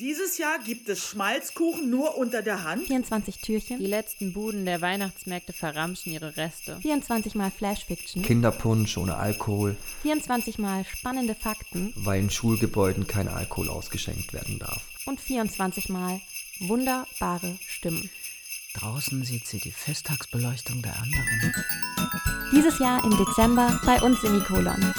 Dieses Jahr gibt es Schmalzkuchen nur unter der Hand. 24 Türchen, Die letzten Buden der Weihnachtsmärkte verramschen ihre Reste. 24 mal Flashfiction, Kinderpunsch ohne Alkohol, 24 mal spannende Fakten weil in Schulgebäuden kein Alkohol ausgeschenkt werden darf. und 24 mal wunderbare Stimmen. Draußen sieht sie die Festtagsbeleuchtung der anderen. Dieses Jahr im Dezember bei uns im Nikolon.